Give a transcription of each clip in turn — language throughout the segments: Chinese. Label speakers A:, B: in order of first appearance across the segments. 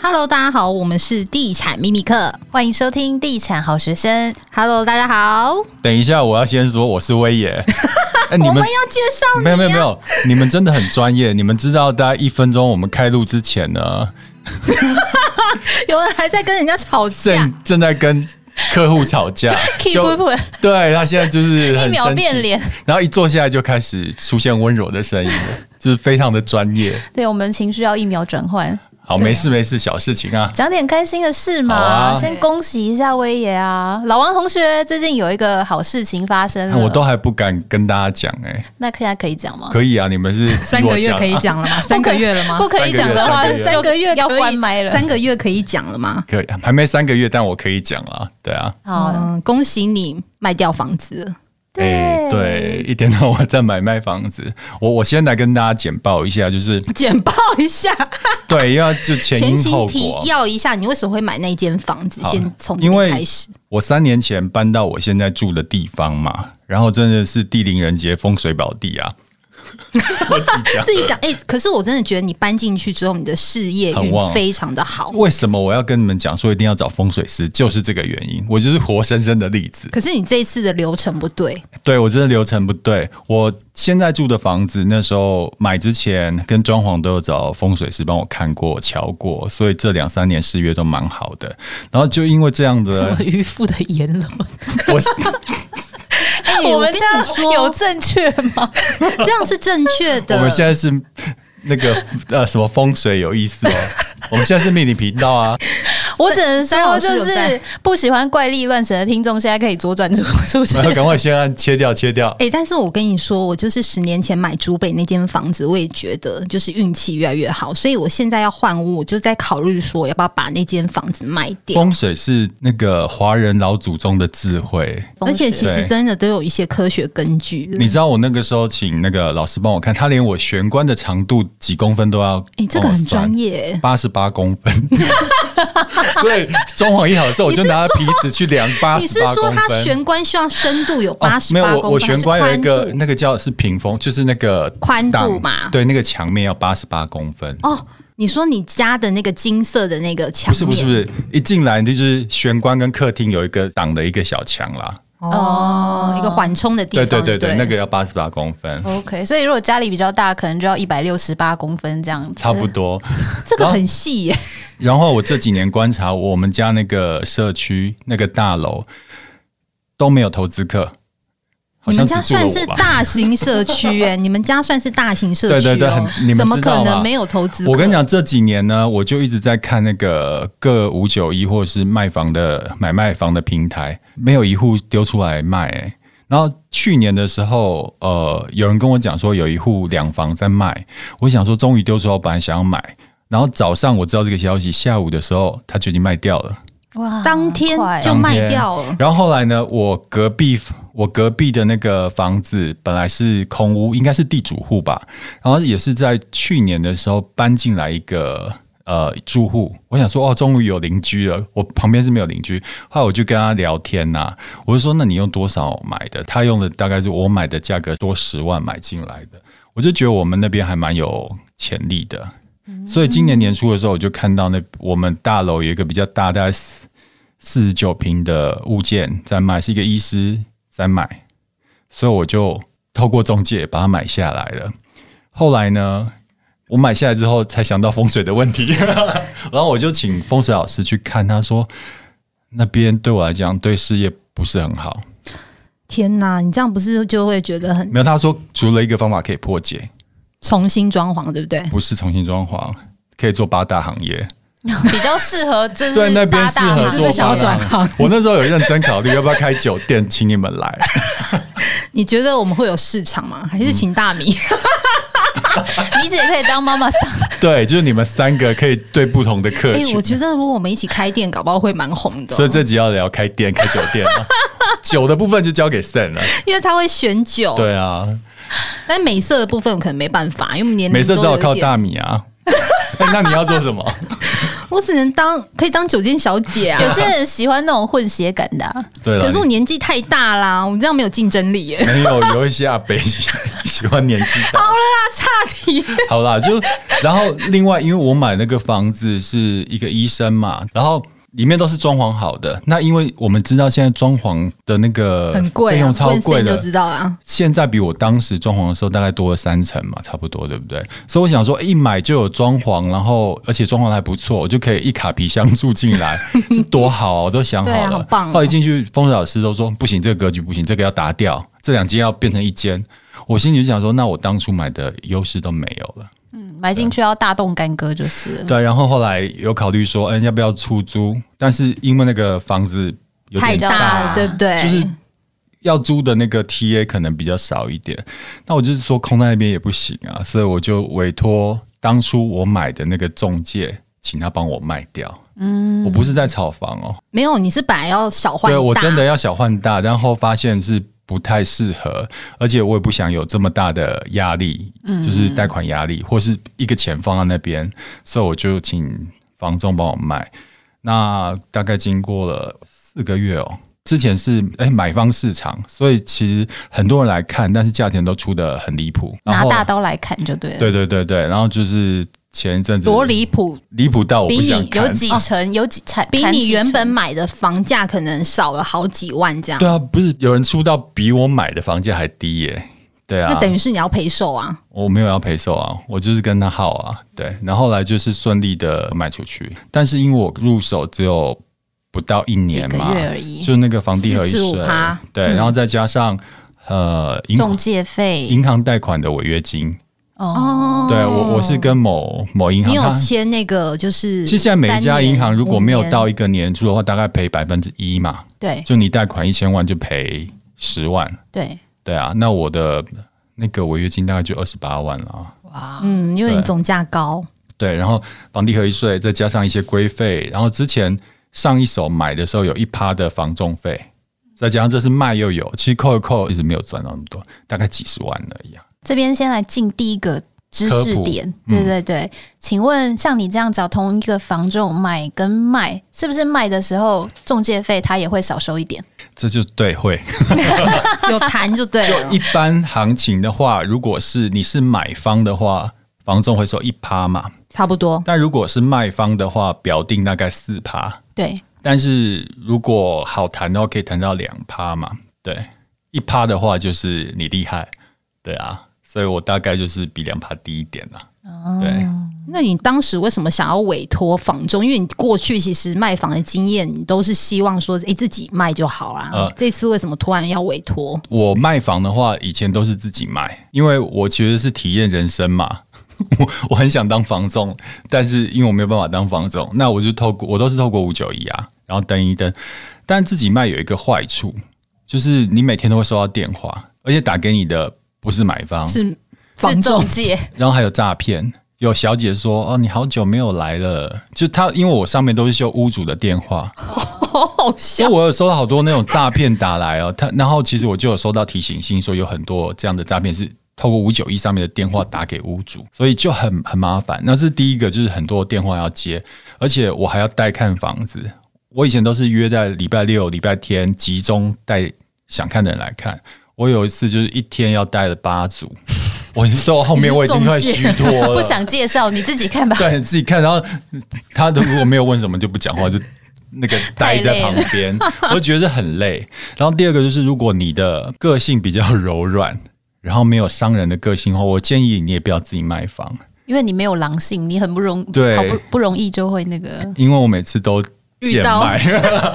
A: Hello，大家好，我们是地产秘密课。
B: 欢迎收听《地产好学生》。，
A: Hello，大家好，
C: 等一下，我要先说我是 威爷。哎，你
A: 我们
C: 们
A: 要介绍你、
C: 没
A: 啊，
C: 有没有没有，你们真的很专业。你们知道，大概一分钟我们开录之前呢，
A: 有人还在跟人家吵架，
C: 正正在跟客户吵架
B: Keep up
C: 对他现在就是
B: 一
C: 很
B: 秒
C: 生
B: 变
C: 气
B: 脸，
C: 然后一坐下来就开始出现温柔的声 音了，就是非常的专业。
B: 对我们情绪要一秒转换，
C: 好，
A: 啊
C: 没事没事，小事情啊。
B: 讲点开心的事嘛。
C: 好啊
B: 先恭喜一下威爷啊，老王同学最近有一个好事情发生了，
C: 我都还不敢跟大家讲哎、
B: 那现在可以讲吗？
C: 可以啊，你们是
A: 三个月可以
C: 啊
A: 讲了吗？三个月了吗？
B: 不可以讲的话，
C: 三个月
B: 三个月要关麦了。
A: 三个月可以讲了吗？
C: 可以，还没三个月，但我可以讲啊，对啊，
B: 好，
A: 嗯，恭喜你卖掉房子 了，
C: 哎、对，一天到晚在买卖房子。我我先来跟大家简报一下， 就是
A: 简报一下，
C: 对，要就前
A: 前
C: 因
A: 情
C: 后
A: 提
C: 果。
A: 要一下，你为什么会买那间房子？
C: 好
A: 先从
C: 因为
A: 你开始，
C: 我三年前搬到我现在住的地方嘛，然后真的是地灵人杰，风水宝地啊。我自己讲
A: 自己讲。哎、可是我真的觉得你搬进去之后，你的事业
C: 很
A: 运
C: 旺
A: 非常的好。
C: 为什么我要跟你们讲说一定要找风水师，就是这个原因。我就是活生生的例子。
A: 可是你这一次的流程不对，
C: 对我真的流程不对。我现在住的房子，那时候买之前跟装潢都有找风水师帮我看过、瞧过，所以这两三年四月都蛮好的。然后就因为这样
B: 什么
C: 的，
B: 渔夫的言论？
C: 我是
A: 哎
B: 我们
A: 跟
B: 这
A: 你
B: 样
A: 说，
B: 有正确吗？
A: 这样是正 确的。
C: 我们现在是那个呃什么风水有 意思哦，我们现在是命理频道啊，
B: 我只能
A: 张老
B: 说，
A: 师
B: 就
A: 有在
B: 是不喜欢怪力乱神的听众，现在可以左转出出去
C: 然。后赶快先按切掉切掉。
A: 哎、但是我跟你说，我就是十年前买竹北那间房子，我也觉得就是运气越来越好，所以我现在要换屋，我就在考虑说要不要把那间房子卖掉。
C: 风水是那个华人老祖宗的智慧，
A: 而且其实
C: 对
A: 真的都有一些科学根据的。
C: 你知道我那个时候请那个老师帮我看，他连我玄关的长度几公分都要，
A: 哎、这个很专。业。
C: 八十八公分， 所以装潢一好的时候，我就拿皮尺去量八
A: 你
C: 十
A: 是
C: 八
A: 说
C: 公
A: 它
C: 分。哦
A: 玄关需要深度有八十
C: 没有
A: 八公分？
C: 我我玄关有一
A: 还是
C: 个
A: 宽度
C: 那个叫是屏风，就是那个
A: 宽度
C: 挡
A: 嘛
C: 对，那个墙面要八十八公分。
A: 哦，你说你家的那个金色的那个墙面，
C: 不是不是不是，一进来就是玄关跟客厅有一个挡的一个小墙啦。
A: 哦，一个缓冲的地
C: 对
A: 方。
C: 对
A: 对哦
C: 对对，那个要八十八公分，
B: OK，所以如果家里比较大，可能就要一百六十八公分这样子。
C: 差不多。
A: 这个
C: 然后
A: 很细耶。
C: 然后我这几年观察我们家那个社区那个大楼都没有投资客，好
A: 你们
C: 像只
A: 家
C: 住了
A: 算是
C: 我吧。
A: 大型社区哎、你们家算是大型社区、哦，
C: 对对对很你们
A: 怎么
C: 知道
A: 可能
C: 吗
A: 没有投资？
C: 我跟你，讲，这几年呢，我就一直在看那个各五九一或者是卖房的买卖房的平台，没有一户丢出来卖、欸。然后去年的时候，呃，有人跟我讲说有一户两房在卖，我想说终于丢出来，我本来想要买。然后早上我知道这个消息，下午的时候它就已经卖掉了。
B: 哇
A: 当天就卖掉了。
C: 然后后来呢，我隔壁我隔壁的那个房子本来是空屋，应该是地主户吧，然后也是在去年的时候搬进来一个呃住户，我想说哦，终于有邻居了，我旁边是没有邻居，后来我就跟他聊天呐、我就说那你用多少买的？他用的大概是我买的价格多十万买进来的，我就觉得我们那边还蛮有潜力的。所以今年年初的时候，我就看到那我们大楼有一个比较大，大概四四十九平的物件在卖，是一个医师在买，所以我就透过中介把它买下来了。后来呢，我买下来之后才想到风水的问题， 然后我就请风水老师去看，他说那边对我来讲对事业不是很好，
A: 天哪，你这样不是就会觉得很
C: 没有他说除了一个方法可以破解，
A: 重新装潢，对不对？
C: 不是重新装潢，可以做八大行业。
B: 比较适合，就是
C: 对那边适合
B: 嗯八大
C: 做
A: 想要
C: 八
A: 转
C: 大
A: 行？
C: 我那时候有认真考虑要不要开酒店，请你们来。
A: 你觉得我们会有市场吗？还是请大米？
C: 嗯
B: 米姐可以当妈妈桑，
C: 对，就是你们三个可以对不同的客
A: 哎、
C: 群。
A: 我觉得如果我们一起开店，搞不好会蛮红的哦、
C: 所以这集要聊开店、开酒 店啊、酒的部分就交给 Sen 了。
A: 因为他会选酒，
C: 对啊，
A: 但美色的部分我可能没办法，因为我们年龄
C: 每次
A: 都
C: 只好
A: 有一
C: 靠
A: 点
C: 大米啊。 哎那你要做什 么？
A: 我只能当可以当酒店小姐 啊。
B: 有些人喜欢那种混血感的啊、
C: 对了，
A: 可是我
C: 你啊
A: 年纪太大啦，我们这样没有竞争力耶。
C: 没有有一些阿北 喜欢年纪大。
A: 差题，
C: 好啦，就 然后另外，因为我买那个房子是一个医生嘛，然后里面都是装潢好的。那因为我们知道现在装潢的那个
A: 很贵、啊，
C: 费用超
A: 问
C: 贵
A: 谁
C: 的
A: 就，知道啊。
C: 现在比我当时装潢的时候大概多了三成嘛，差不多，对不对？所以我想说，一买就有装潢，然后而且装潢得还不错，我就可以一卡皮箱住 进来，这多好啊、我都想好
A: 对啊
C: 了。
A: 好棒哦
C: 后来进去，风水老师都说不行，这个格局不行，这个要打掉，这两间要变成一间。我心里就想说，那我当初买的优势都没有了。
B: 买进去要大动干戈就是了。
C: 对，然后后来有考虑说，嗯，要不要出租？但是因为那个房子有
A: 太
C: 点
A: 大
B: 大
A: 了，对不对？
C: 就是要租的那个 TA 可能比较少一点。那我就是说空在那边也不行啊，所以我就委托当初我买的那个中介，请他帮我卖掉。嗯，我不是在炒房哦，
A: 没有，你是本来要小换
C: 对
A: 大，
C: 我真的要小换大，然后发现是不太适合，而且我也不想有这么大的压力，
A: 嗯
C: 就是贷款压力或是一个钱放在那边，所以我就请房仲帮我卖。那大概经过了四个月哦，之前是哎、买方市场，所以其实很多人来看，但是价钱都出的很离谱，然
B: 拿
C: 后
B: 大刀来砍就对了。
C: 对对对对，然后就是前一阵子
A: 多离谱，
C: 离谱到我
A: 比
C: 不
A: 你
C: 想看，
B: 有几成，有几成，
A: 比
B: 砍
A: 你
B: 哦几
A: 原
B: 成
A: 本买的房价可能少了好几万这样。
C: 对啊，不是有人出到比我买的房价还低耶、对啊，
A: 那等于是你要赔售啊，
C: 我没有要陪售啊，我就是跟他耗啊，对，然后后来就是顺利的卖出去，但是因为我入手只有不到一年
B: 几
C: 嘛，
B: 个月而已
C: 就那个房地合一税
A: 45%，
C: 对，然后再加上呃银
B: 中介费
C: 银行贷款的违约金，
B: 哦，
C: 对我我是跟某某银行，
A: 你有
C: 它
A: 签那个就是？
C: 其实现在每一家银行如果没有到
A: 一
C: 一个年数的话，大概赔百分之一嘛，
B: 对
C: 就你贷款一千万就赔十万，
B: 对，
C: 对啊，那我的那个违约金大概就二十八万了啊。
B: 哇，
A: 嗯，因为你
C: 对
A: 总价 高，
C: 对，然后房地合一税再加上一些规费，然后之前上一手买的时候有一趴的房仲费，再加上这次卖又有，其实扣一扣一直没有赚到那么多，大概几十万而已啊。
B: 这边先来进第一个知识点，
C: 科普
B: 对
C: 嗯
B: 对对，请问像你这样找同一个房仲买跟卖，是不是卖的时候中介费他也会少收一点？
C: 这就对会，
A: 有谈 就对
C: 就
A: 了。
C: 一般行情的话，如果是你是买方的话，房仲会收一趴嘛，
A: 差不多，
C: 但如果是卖方的话，表定大概四趴，
B: 对，
C: 但是如果好谈的话，可以谈到两趴嘛。对，一趴的话就是你厉害，对啊，所以我大概就是比两趴低一点啦。对，
A: 那你当时为什么想要委托房仲？因为你过去其实卖房的经验，你都是希望说，诶自己卖就好啦。
C: 呃
A: 这次为什么突然要委托？
C: 我卖房的话，以前都是自己卖，因为我其实是体验人生嘛。 我我很想当房仲，但是因为我没有办法当房仲，那我就透过我都是透过五九一啊，然后登一登。但自己卖有一个坏处，就是你每天都会收到电话，而且打给你的不是买方，
A: 是
B: 是
A: 房仲
B: 中介，
C: 然后还有诈骗，有小姐说：“哦，你好久没有来了。”就她，因为我上面都是修屋主的电话，
A: 好好
C: 所
A: 笑
C: 以，我有收到好多那种诈骗打来哦。她，然后其实我就有收到提醒信，说有很多这样的诈骗是透过五九一上面的电话打给屋主，所以就很很麻烦。那是第一个，就是很多电话要接，而且我还要带看房子。我以前都是约在礼拜六、礼拜天集中带想看的人来看。我有一次就是一天要带了八 组，我到后面我已经快虚脱了，
B: 不想介绍，你自己 看吧。
C: 对，自己看。然后他如果没有问什么就不讲话，就那个待在旁边，我就觉得很累。然后第二个就是，如果你的个性比较柔软，然后没有商人的个性的话，我建议你也不要自己卖房，
B: 因为你没有狼性，你很不容
C: 对
B: 好不不容易就会那个
C: 因为我每次都
A: 遇
C: 贱
A: 到
C: 卖。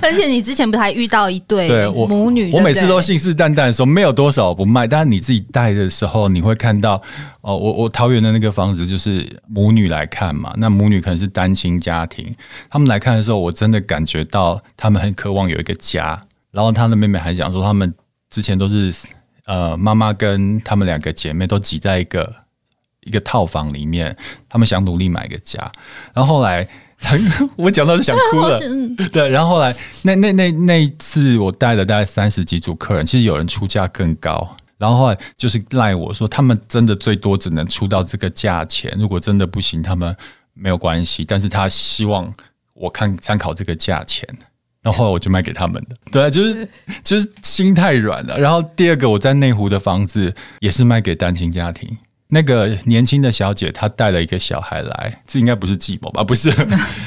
A: 而且你之前不是还遇到一对
C: 对我
A: 母女？
C: 我
A: 对不哦
C: 每次
A: 对
C: 都信誓旦旦说没有多少我不卖，但是你自己带的时候，你会看到哦，我我桃园的那个房子就是母女来看嘛，那母女可能是单亲家庭，他们来看的时候，我真的感觉到他们很渴望有一个家，然后他的妹妹还讲说，他们之前都是呃妈妈跟他们两个姐妹都挤在一个一个套房里面，他们想努力买一个家，然后后来。 我讲到就想哭了，
A: 嗯
C: 对，然后后来那那那那一次，我带了大概三十几组客人，其实有人出价更高。然后后来就是赖我说，他们真的最多只能出到这个价钱，如果真的不行，他们没有关系。但是他希望我看参考这个价钱，然后后来我就卖给他们的。对，就是就是心太软了。然后第二个，我在内湖的房子也是卖给单亲家庭。那个年轻的小姐，她带了一个小孩来，这应该不是计谋吧？啊不 是，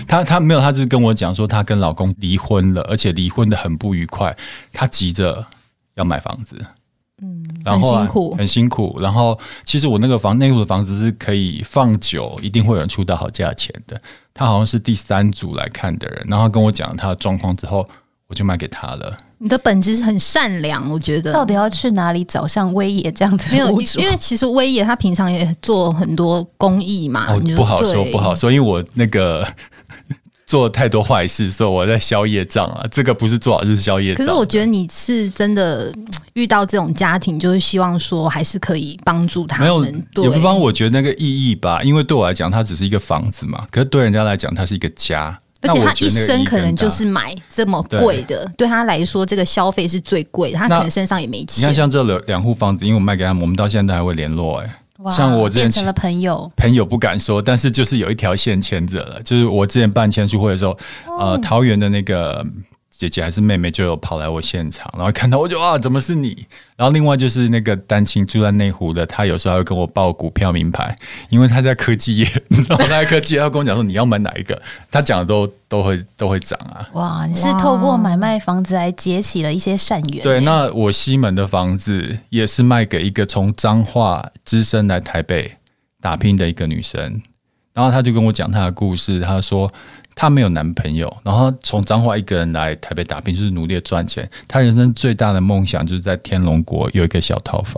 C: 她她没有，她只是跟我讲说，她跟老公离婚了，而且离婚的很不愉快，她急着要买房子。然后
A: 嗯
C: 啊
A: 很辛苦
C: 很辛苦。然后，其实我那个房内户的房子是可以放久，一定会有人出到好价钱的。他好像是第三组来看的人，然后他跟我讲他的状况之后，我就卖给他了。
A: 你的本质是很善良，我觉得
B: 到底要去哪里找像威爷这样子
A: 没有
B: 的屋，主？
A: 因为其实威爷他平常也做很多公益嘛，
C: 哦
A: 你就，
C: 不好说，
A: 对
C: 不好说，因为我那个 做太多坏事，所以我在消业障啊。这个不是做好，是消业
A: 可
C: 障。
A: 是我觉得你是真的嗯遇到这种家庭，就是希望说还是可以帮助他
C: 没有
A: 们，对，
C: 也不帮。我觉得那个意义吧，因为对我来讲，它只是一个房子嘛，可是对人家来讲，它是一个家。
A: 而且
C: 那我
A: 他
C: 觉
A: 一
C: 得那个意
A: 生
C: 义
A: 可能
C: 更大
A: 就是买这么贵的，对他来说这个消费是最贵的，他
C: 那
A: 可能身上也没
C: 你
A: 钱
C: 看，。像这两两户房子，因为我卖给他们，我们到现在还会联络、欸。
B: 哇
C: 像我之前
B: 变成了朋友，
C: 朋友不敢说，但是就是有一条线牵着了。就是我之前办签书会的时候，呃，桃园的那个姐姐还是妹妹就有跑来我现场，然后看到我就啊，怎么是你？然后另外就是那个单亲住在内湖的，她有时候还会跟我报股票名牌，因为她在科技业，你知道吗？她在科技业，她跟我讲说你要买哪一个，她讲的都都会都会涨啊。
B: 哇！你是透过买卖房子来结起了一些善缘。
C: 对，那我西门的房子也是卖给一个从彰化资深来台北打拼的一个女生，然后她就跟我讲她的故事，她说她没有男朋友，然后从彰化一个人来台北打拼，就是努力地赚钱。她人生最大的梦想就是在天龙国有一个小套房。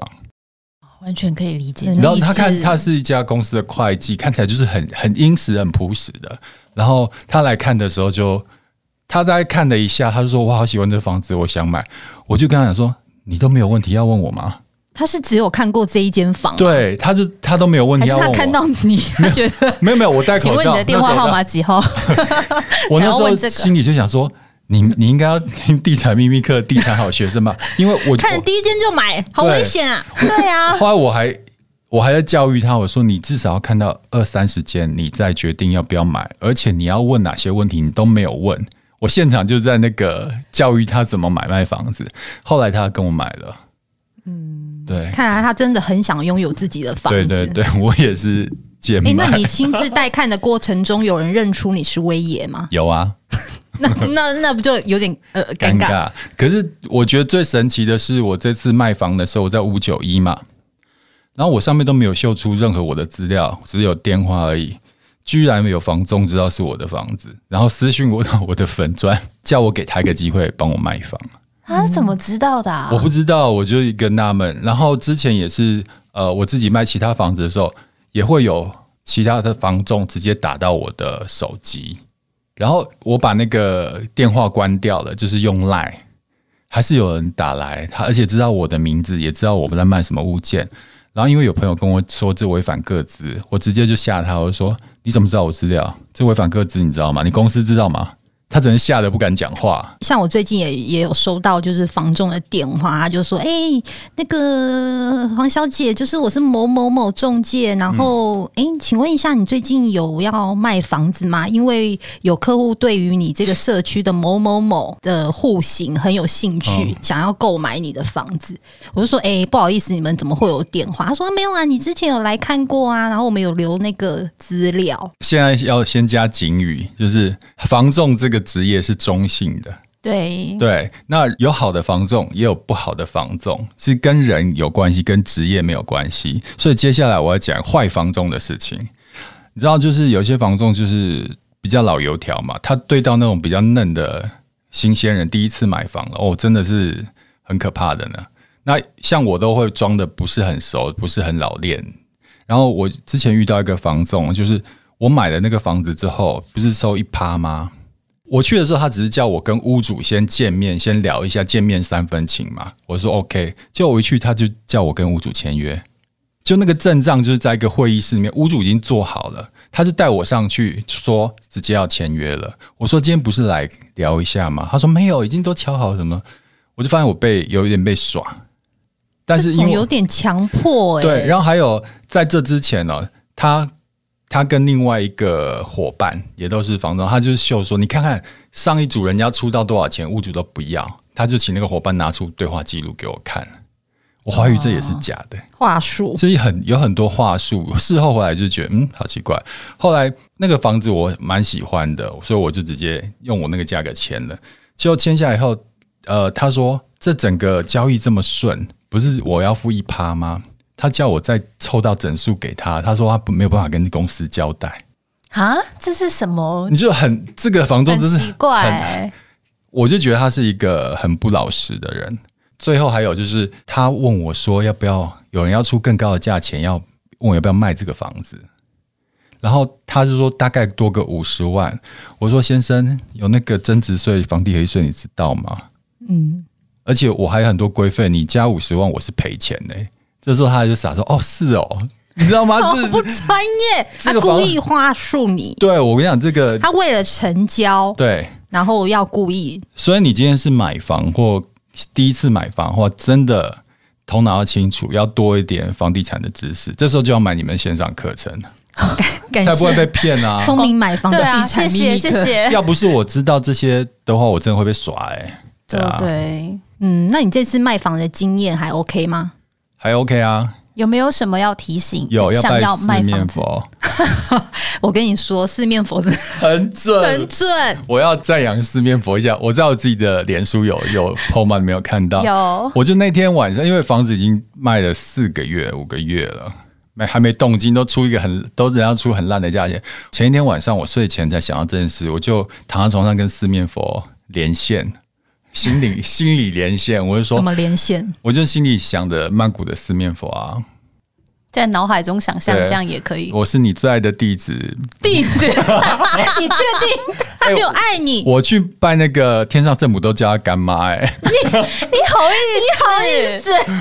B: 完全可以理解
A: 嗯。
C: 然后他
A: 励
C: 看
A: 志
C: 他是一家公司的会计，看起来就是很很殷实、很朴实的。然后他来看的时候就，他大概看了一下，他就说：“我好喜欢这房子，我想买。”我就跟他讲说：“你都没有问题要问我吗
A: 他是只有看过这一间
B: 哦
A: 房？”，
C: 对，他就他都没有问
A: 还
C: 题
A: 是
C: 要
A: 他
C: 问我。
A: 看到你，他觉得
C: 没有没有，我戴口
B: 请
C: 罩。
B: 问你的电话号码几号？
C: 我那时
B: 想要
C: 候
B: 问这个
C: 心里就想说：“你你应该要听地产秘密课，地产好学生吧？因为我
A: 看了第一间就买，好危险啊！
B: 对啊，
C: 后来我还我还在教育他，我说你至少要看到二三十间，你再决定要不要买，而且你要问哪些问题，你都没有问。我现场就在那个教育他怎么买卖房子，后来他跟我买了，嗯，对
A: 看来他真的很想拥有自己的房
C: 对
A: 子。
C: 对对，我也是贱
A: 诶
C: 卖
A: 那，你亲自带看的过程中，有人认出你是威爷 吗？
C: 有啊，
A: 那那那不就有点呃尴
C: 尴
A: 尬？
C: 尬。可是我觉得最神奇的是，我这次卖房的时候，我在五九一嘛，然后我上面都没有秀出任何我的资料，只有电话而已。居然有房东知道是我的房子，然后私讯我 到我的粉砖，叫我给他一个机会帮我卖房。
B: 他是怎么知道的啊？
C: 我不知道，我就一个纳闷。然后之前也是，呃，我自己卖其他房子的时候，也会有其他的房仲直接打到我的手机，然后我把那个电话关掉了，就是用 Line，还是有人打来，他而且知道我的名字，也知道我们在卖什么物件。然后因为有朋友跟我说这违反个资，我直接就吓他，我就说你怎么知道我资料？这违反个资，你知道吗？你公司知道吗？他只能吓得不敢讲话。
A: 像我最近也也有收到，就是房仲的电话，他就说：“哎、那个黄小姐，就是我是某某某中介，然后
C: 嗯
A: 哎、诶请问一下，你最近有要卖房子吗？因为有客户对于你这个社区的某某某的户型很有兴趣，
C: 嗯
A: 想要购买你的房子。”我就说：“哎、不好意思，你们怎么会有电话？”他说：“没有啊，你之前有来看过啊，然后我们有留那个资料。”
C: 现在要先加警语，就是房仲这个职业是中性的，
B: 对，
C: 对。那有好的房仲，也有不好的房仲，是跟人有关系，跟职业没有关系。所以接下来我要讲坏房仲的事情。你知道，就是有些房仲就是比较老油条嘛，他对到那种比较嫩的新鲜人，第一次买房了，哦，真的是很可怕的呢。那像我都会装的不是很熟，不是很老练。然后我之前遇到一个房仲，就是我买了那个房子之后，不是收一趴吗？我去的时候，他只是叫我跟屋主先见面，先聊一下见面三分情嘛。我说 OK，结果我一去，他就叫我跟屋主签约。就那个阵仗就是在一个会议室里面，屋主已经做好了，他就带我上去说直接要签约了。我说今天不是来聊一下吗？他说没有，已经都敲好了什么。我就发现我被有一点被耍，但是
A: 这
C: 因
A: 种
C: 为
A: 有点强迫哎、
C: 哦对，然后还有在这之前呢、他他跟另外一个伙伴也都是房东，他就是秀说，你看看上一组人家出到多少钱，屋主都不要，他就请那个伙伴拿出对话记录给我看。我怀疑这也是假的，
A: 话术
C: 所以很有很多话术。事后回来就觉得，嗯，好奇怪。后来那个房子我蛮喜欢的，所以我就直接用我那个价格签了。结果签下来以后，呃，他说这整个交易这么顺，不是我要付一趴吗？他叫我再凑到整数给他，他说他不没有办法跟公司交代，
B: 啊，这是什么？
C: 你就很这个房东
B: 很
C: 真是
B: 奇怪、
C: 很我就觉得他是一个很不老实的人。最后还有就是，他问我说要不要有人要出更高的价钱，要问我要不要卖这个房子，然后他就说大概多个五十万。我说先生，有那个增值税、房地合一税，你知道吗？
A: 嗯，
C: 而且我还有很多规费，你加五十万我是赔钱的、这时候他就傻说：“哦，是哦，你知道吗？
A: 好
C: 这
A: 不专 业，
C: 这
A: 他
C: 个
A: 故
C: 房
A: 意话术 你，
C: 对我跟你讲，这个
A: 他为了成交，
C: 对，
A: 然后要故意
C: 所以你今天是买房或第一次买房的话，真的头脑要清楚，要多一点房地产的知识。这时候就要买你们线上课程，
B: 哎
A: 感
C: 才不会
A: 谢
C: 被骗 啊！
A: 聪明买房的
B: 对
A: 地
B: 啊，
A: 产
B: 谢
A: 秘密
B: 谢
A: 课
B: 谢谢，
C: 要不是我知道这些的话，我真的会被耍哎、 对啊，
B: 对，
A: 嗯，那你这次卖房的经验还 OK 吗？
C: 还 OK 啊，
B: 有没有什么要提醒？
C: 有要
B: 想
C: 拜
B: 要卖
C: 四面
B: 房子，
C: 佛，
A: 我跟你说，四面佛真
C: 很
A: 的
C: 准
A: 很。准，
C: 我要赞扬四面佛一下，我知道我自己的脸书有有 PO 吗？你没有看到？
B: 有
C: 我就那天晚上，因为房子已经卖了四个月、五个月了，没还没动静，都出一个很都人家出很烂的价钱。前一天晚上我睡前才想到这件事，我就躺在床上跟四面佛连线，心里心里连线，我就
A: 怎
C: 说，
A: 么连 线？
C: 我就心里想着曼谷的四面佛啊，
B: 在脑海中想象，
C: 对
B: 这样也可以。
C: 我是你最爱的弟子。
A: 弟 子，你确定他没有爱你？
C: 哎我去拜那个天上圣母都叫她干妈哎、
B: 你好意思，你好意思。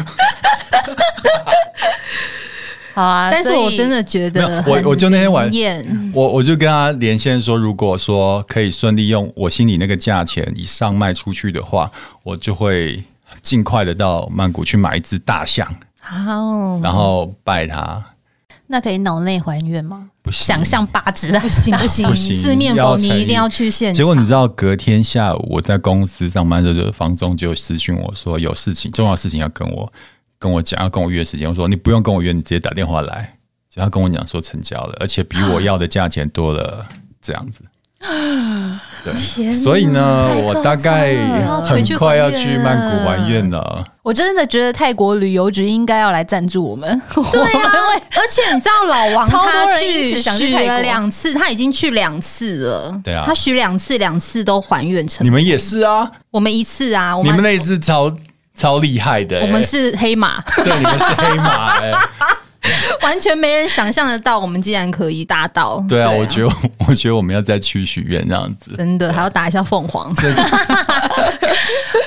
B: 好啊，
A: 但是
B: 所以
A: 我真的觉
C: 没
A: 得
C: 有我我就那天晚
A: 很艳
B: 嗯
C: 我我就跟他连线说，如果说可以顺利用我心里那个价钱以上卖出去的话，我就会尽快的到曼谷去买一只大象，
A: 哦，
B: 嗯
C: 然后拜它。
B: 那可以脑内还原吗？
C: 不行
B: 想象八啊指的
A: 不行不行，
C: 不行
A: 四面
C: 要
A: 佛你
C: 诚
A: 一定
C: 意
A: 要去现
C: 结
A: 场。
C: 果你知道，隔天下午我在公司上班的时候，房东就私讯我说有事情，重要事情要跟我跟我讲，要跟我约时间。我说你不用跟我约，你直接打电话来。就他跟我讲说成交了，而且比我要的价钱多了，这 样子。
A: 天
C: 所以呢
A: 太，
C: 我
A: 夸
C: 大概
A: 张了
C: 很快要去曼谷玩宴了。
B: 我真的觉得泰国旅游局应该要来赞助我们。
A: 对 啊， 而且你知道老王
B: 超多
A: 他
B: 人因
A: 去
B: 此想去
A: 许
B: 泰国
A: 了两次，他已经去两次了。
C: 对啊
A: 他许两次，两次都还愿成
C: 你。们也是啊，
A: 我们一次啊，我
C: 你
A: 们
C: 们那一只超超厉害的欸、
A: 我们是黑 马，
C: 对你们是黑马哎、
A: 完全没人想象得到，我们竟然可以达到。
C: 对啊，我觉得我觉得我们要再去许愿这样 子。
A: 真的还要打一下凤凰。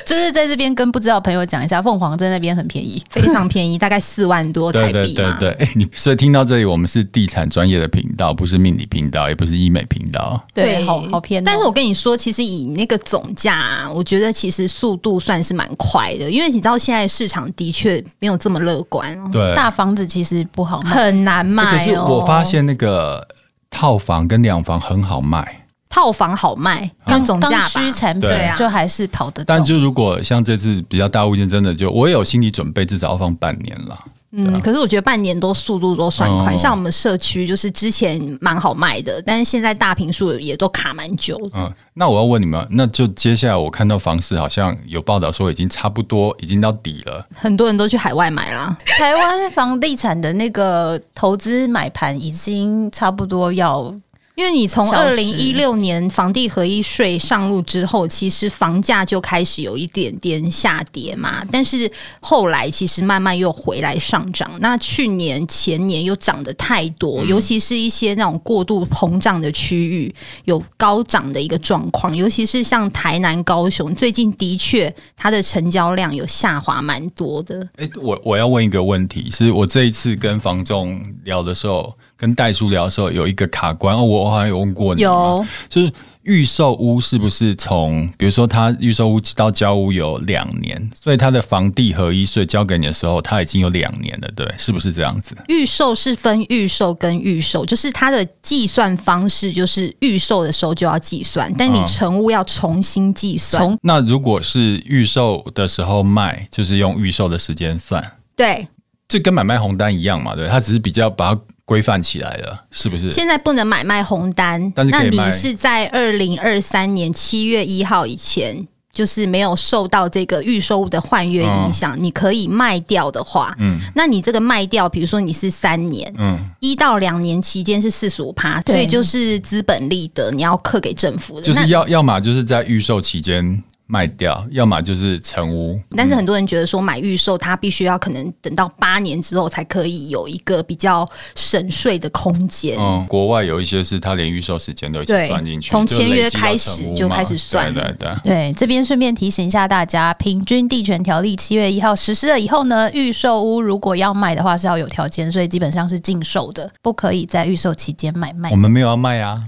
B: 就是在这边跟不知道的朋友讲一下，凤凰在那边很便宜。
A: 非常便宜，大概四万多台
C: 对
A: 币嘛。
C: 对对对，哎、你所以听到这里，我们是地产专业的频道，不是命理频道，也不是医美频道。
B: 对，好好偏、哦。
A: 但是我跟你说，其实以那个总价啊、我觉得其实速度算是蛮快的，因为你知道现在市场的确没有这么乐观哦，
C: 对，
B: 大房子其实不好 卖，
A: 很难卖、哦
C: 哎可是我发现那个套房跟两房很好卖。
A: 套房好卖，
C: 嗯
A: 跟总价
B: 刚
A: 吧
B: 需产品
C: 对
A: 啊
B: 就还是跑得动。
C: 但就如果像这次比较大物件，真的就我也有心理准备，至少要放半年啦。
A: 嗯，可是我觉得半年多速度都算快，
C: 哦
A: 像我们社区就是之前蛮好卖的，但是现在大平数也都卡蛮久的。
C: 嗯，那我要问你们，那就接下来我看到房市好像有报道说已经差不多，已经到底了。
A: 很多人都去海外买啦。
B: 台湾房地产的那个投资买盘已经差不多要
A: 因为你从
B: 消
A: 二
B: 失
A: 零一六年房地合一税上路之后，其实房价就开始有一点点下跌嘛，但是后来其实慢慢又回来上涨。那去年前年又涨得太多，
B: 嗯
A: 尤其是一些那种过度膨胀的区域有高涨的一个状况，尤其是像台南、高雄，最近的确它的成交量有下滑蛮多的。
C: 诶，我我要问一个问题，是我这一次跟房仲聊的时候，跟代书聊的时候有一个卡关哦，我好像有问过你，
B: 有，
C: 就是预售屋是不是从，比如说他预售屋到交屋有两年，所以他的房地合一税交给你的时候，他已经有两年了，对，是不是这样子？
A: 预售是分预售跟预售，就是它的计算方式，就是预售的时候就要计算，但你
C: 嗯
A: 成屋要重新计算。
B: 从
C: 那如果是预售的时候卖，就是用预售的时间算，
A: 对，
C: 这跟买卖红单一样嘛，对，它只是比较把它规范起来了，是不是？
A: 现在不能买卖红单，
C: 但是可
A: 那
C: 以
A: 你
C: 卖
A: 是在二零二三年七月一号以前。就是没有受到这个预售物的换约影响，
C: 嗯
A: 你可以卖掉的话，嗯，那你这个卖掉，比如说你是三年，
C: 嗯，
A: 一到两年期间是四十五趴，
B: 对
A: 所以就是资本利得，你要课给政府的。
C: 就是
A: 那
C: 要要么就是在预售期间卖掉，要么就是成屋。
A: 但是很多人觉得说买预售，它必须要可能等到八年之后才可以有一个比较省税的空间。
C: 嗯，国外有一些是它连预售时间都一起
A: 对
C: 算进去，
A: 从
C: 就是
A: 签约
C: 累积到
A: 开
C: 成
A: 始
C: 屋
A: 就
C: 嘛
A: 开始算
C: 对
A: 了
C: 对对。
B: 对，这边顺便提醒一下大家，《平均地权条例》七月一号实施了以后呢，预售屋如果要卖的话是要有条件，所以基本上是禁售的，不可以在预售期间买
A: 哎
B: 卖
C: 我。们没有要卖啊，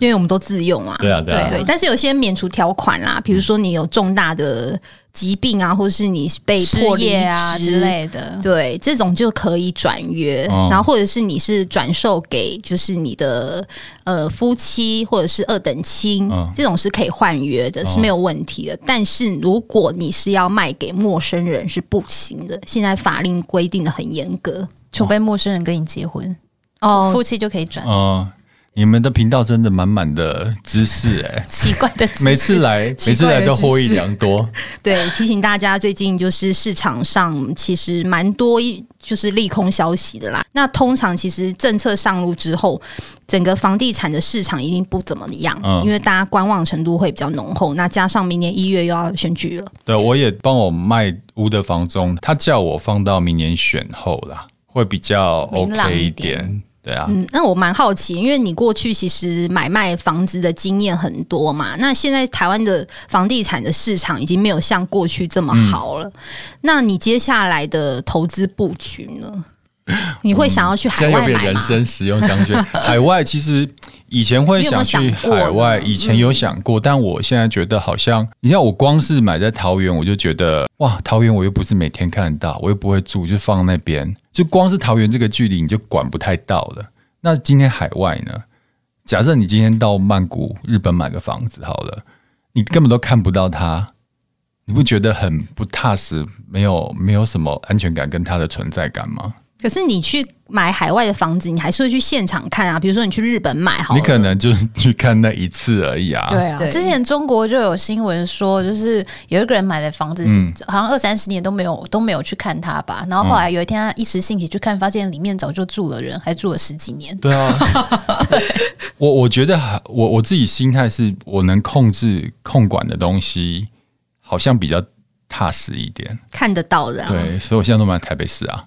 A: 因为我们都自用啊。
C: 啊，对
B: 啊
A: 对，但是有些免除条款啦，比如说你有重大的疾病啊，或是你被
B: 失
A: 迫离
B: 业啊
A: 职
B: 之。类的，
A: 对，这种就可以转约，
C: 哦
A: 然后或者是你是转售给就是你的呃夫妻或者是二等亲，
C: 嗯哦
A: 这种是可以换约的，是没有问题的。但是如果你是要卖给陌生人是不行的，现在法令规定的很严格。
B: 除非陌生人跟你结婚，
A: 哦，
B: 夫妻就可以转。
C: 嗯，你们的频道真的满满的知识 哎、
B: 奇怪的
C: 每次来每次来都获益
A: 知识
C: 良多。
A: 对，提醒大家，最近就是市场上其实蛮多一就是利空消息的啦。那通常其实政策上路之后，整个房地产的市场一定不怎么样，
C: 嗯
A: 因为大家观望程度会比较浓厚。那加上明年一月又要选举了，
C: 对，我也帮我卖屋的房中，他叫我放到明年选后啦，会比较
B: 明朗
C: OK
B: 一
C: 一
B: 点
C: 点。对啊，
A: 嗯，那我蛮好奇，因为你过去其实买卖房子的经验很多嘛，那现在台湾的房地产的市场已经没有像过去这么好
C: 嗯
A: 了，那你接下来的投资布局呢？你会想要去海
C: 现在有
A: 外
C: 没有
A: 买
C: 人
A: 吗？
C: 生使用商圈？海外其实以前会想去海
A: 你
C: 外，
A: 有没有想过呢
C: 以前有想过，但我现在觉得好像，你像我光是买在桃园，我就觉得哇，桃园我又不是每天看得到，我又不会住，就放那边，就光是桃园这个距离你就管不太到了。那今天海外呢？假设你今天到曼谷、日本买个房子好了，你根本都看不到它，你不觉得很不踏实，没有没有什么安全感跟它的存在感吗？
A: 可是你去买海外的房子，你还是会去现场看啊。比如说你去日本买好了，
C: 你可能就是去看那一次而已啊。
B: 对啊，
A: 对
B: 之前中国就有新闻说，就是有一个人买的房子，
C: 嗯
B: 好像二三十年都没有都没有去看它吧。然后后来有一天他一时兴起去看，发现里面早就住了人，还住了十几年。
C: 对啊，我我觉得我我自己心态是我能控制控管的东西，好像比较踏实一点。
A: 看得到的、啊。
C: 对，所以我现在都买台北市啊。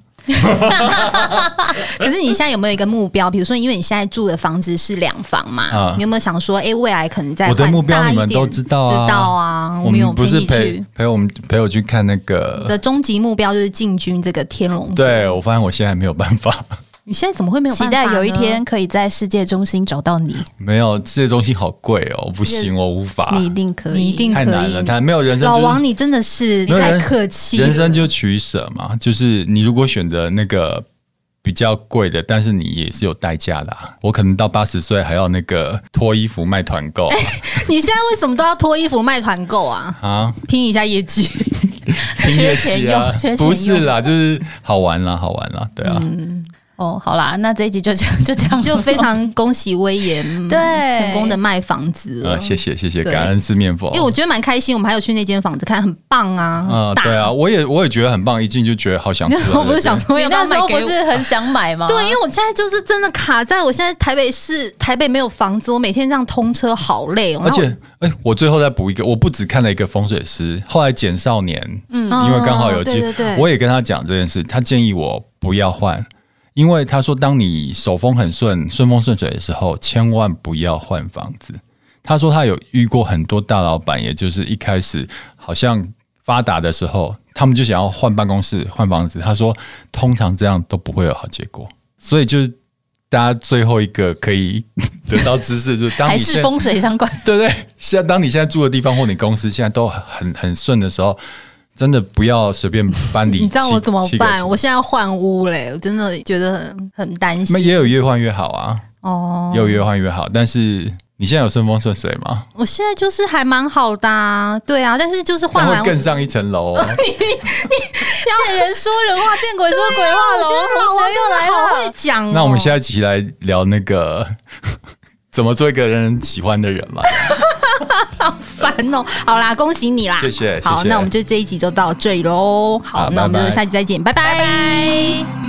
A: 可是你现在有没有一个目标？比如说，因为你现在住的房子是两房嘛，
C: 啊
A: 你有没有想说，哎、未来可能再
C: 我的
A: 换
C: 目标
A: 大一
C: 你们
A: 点
C: 都知道啊
A: 知道啊。
C: 我
A: 们有
C: 们不是
A: 你
C: 陪
A: 去
C: 陪我们陪我去看那
A: 你
C: 个。
A: 的终极目标就是进军这个天龙。，
C: 对，我发现我现在没有办法，
A: 你现在怎么会没有
B: 期
A: 办法
B: 待
A: 呢
B: 有一天可以在世界中心找到你，
C: 没有这些东西好贵哦，不行，我无法，
B: 你一定可以，
A: 你一定
C: 太难
A: 可
C: 了，
A: 以
C: 太没有人生、就是。
A: 老王，你真的是
C: 没有
A: 太
C: 人
A: 客气了。
C: 人生就取舍嘛，就是你如果选择那个比较贵的，但是你也是有代价的、啊。我可能到八十岁还要那个脱衣服卖 团购
A: 你现在为什么都要脱衣服卖团购啊？
C: 啊，
A: 拼一下业绩。
C: 拼业绩啊
B: 缺钱用缺钱用
C: 不是啦，就是好玩啦，好玩啦，对啊，
A: 嗯
B: 哦。好啦，那这一集就这样， 就这样，
A: 就非常恭喜威严
B: 对
A: 成功的卖房子了
C: 呃，谢谢谢谢，
A: 嗯对
C: 感恩四面佛
A: 因为。我觉得蛮开心，我们还有去那间房子看，很棒啊，
C: 啊、
A: 大
C: 对啊，，我也我也觉得很棒，一进就觉得好想住
A: 我不是想
C: 对
A: 说
B: 你
A: 要不要
B: 那时
A: 卖
B: 候
A: 给
B: 不
A: 我。
B: 是很想买吗？
A: 对，因为我现在就是真的卡在我现在台北市，台北没有房子，我每天这样通车好累哦。
C: 而且，哎、我最后再补一个，我不只看了一个风水师，后来简少年，嗯，因为刚好有机，
A: 对对对
C: 我也跟他讲这件事，他建议我不要换，因为他说，当你手风很顺、顺风顺水的时候，千万不要换房子。他说他有遇过很多大老板，也就是一开始好像发达的时候，他们就想要换办公室、换房子。他说，通常这样都不会有好结果。所以就是大家最后一个可以 得到知识，就是当
B: 还
C: 你
B: 是
C: 现
B: 风水 相关？
C: 对对，现在当你现在住的地方或你公司现在都很很顺的时候，真的不要随便搬离。
A: 你知道我怎么
C: 七个
A: 办？
C: 人
A: 我现在要换屋嘞，我真的觉得很很担
C: 那
A: 心
C: 也有越换越好啊，
A: 哦
C: 也。有越换越好。但是你现在有顺风顺水吗？
A: 我现在就是还蛮好的、啊，对啊，但是就是换
C: 但
A: 完
C: 会更上一层楼、哦。
B: 见人说人话，见鬼说鬼
A: 对啊
B: 话
A: 我
B: 喽！
A: 觉得老王真的好会讲、哦。
C: 那我们下一期来聊那个 怎么做一个人人喜欢的人嘛？
A: 烦哦。好啦，恭喜你啦！
C: 谢谢
A: 好，
C: 谢谢
A: 那我们就这一集就到这里喽。好，
C: 好
A: 那我们
C: 拜
A: 就
C: 拜
A: 下集再见，拜拜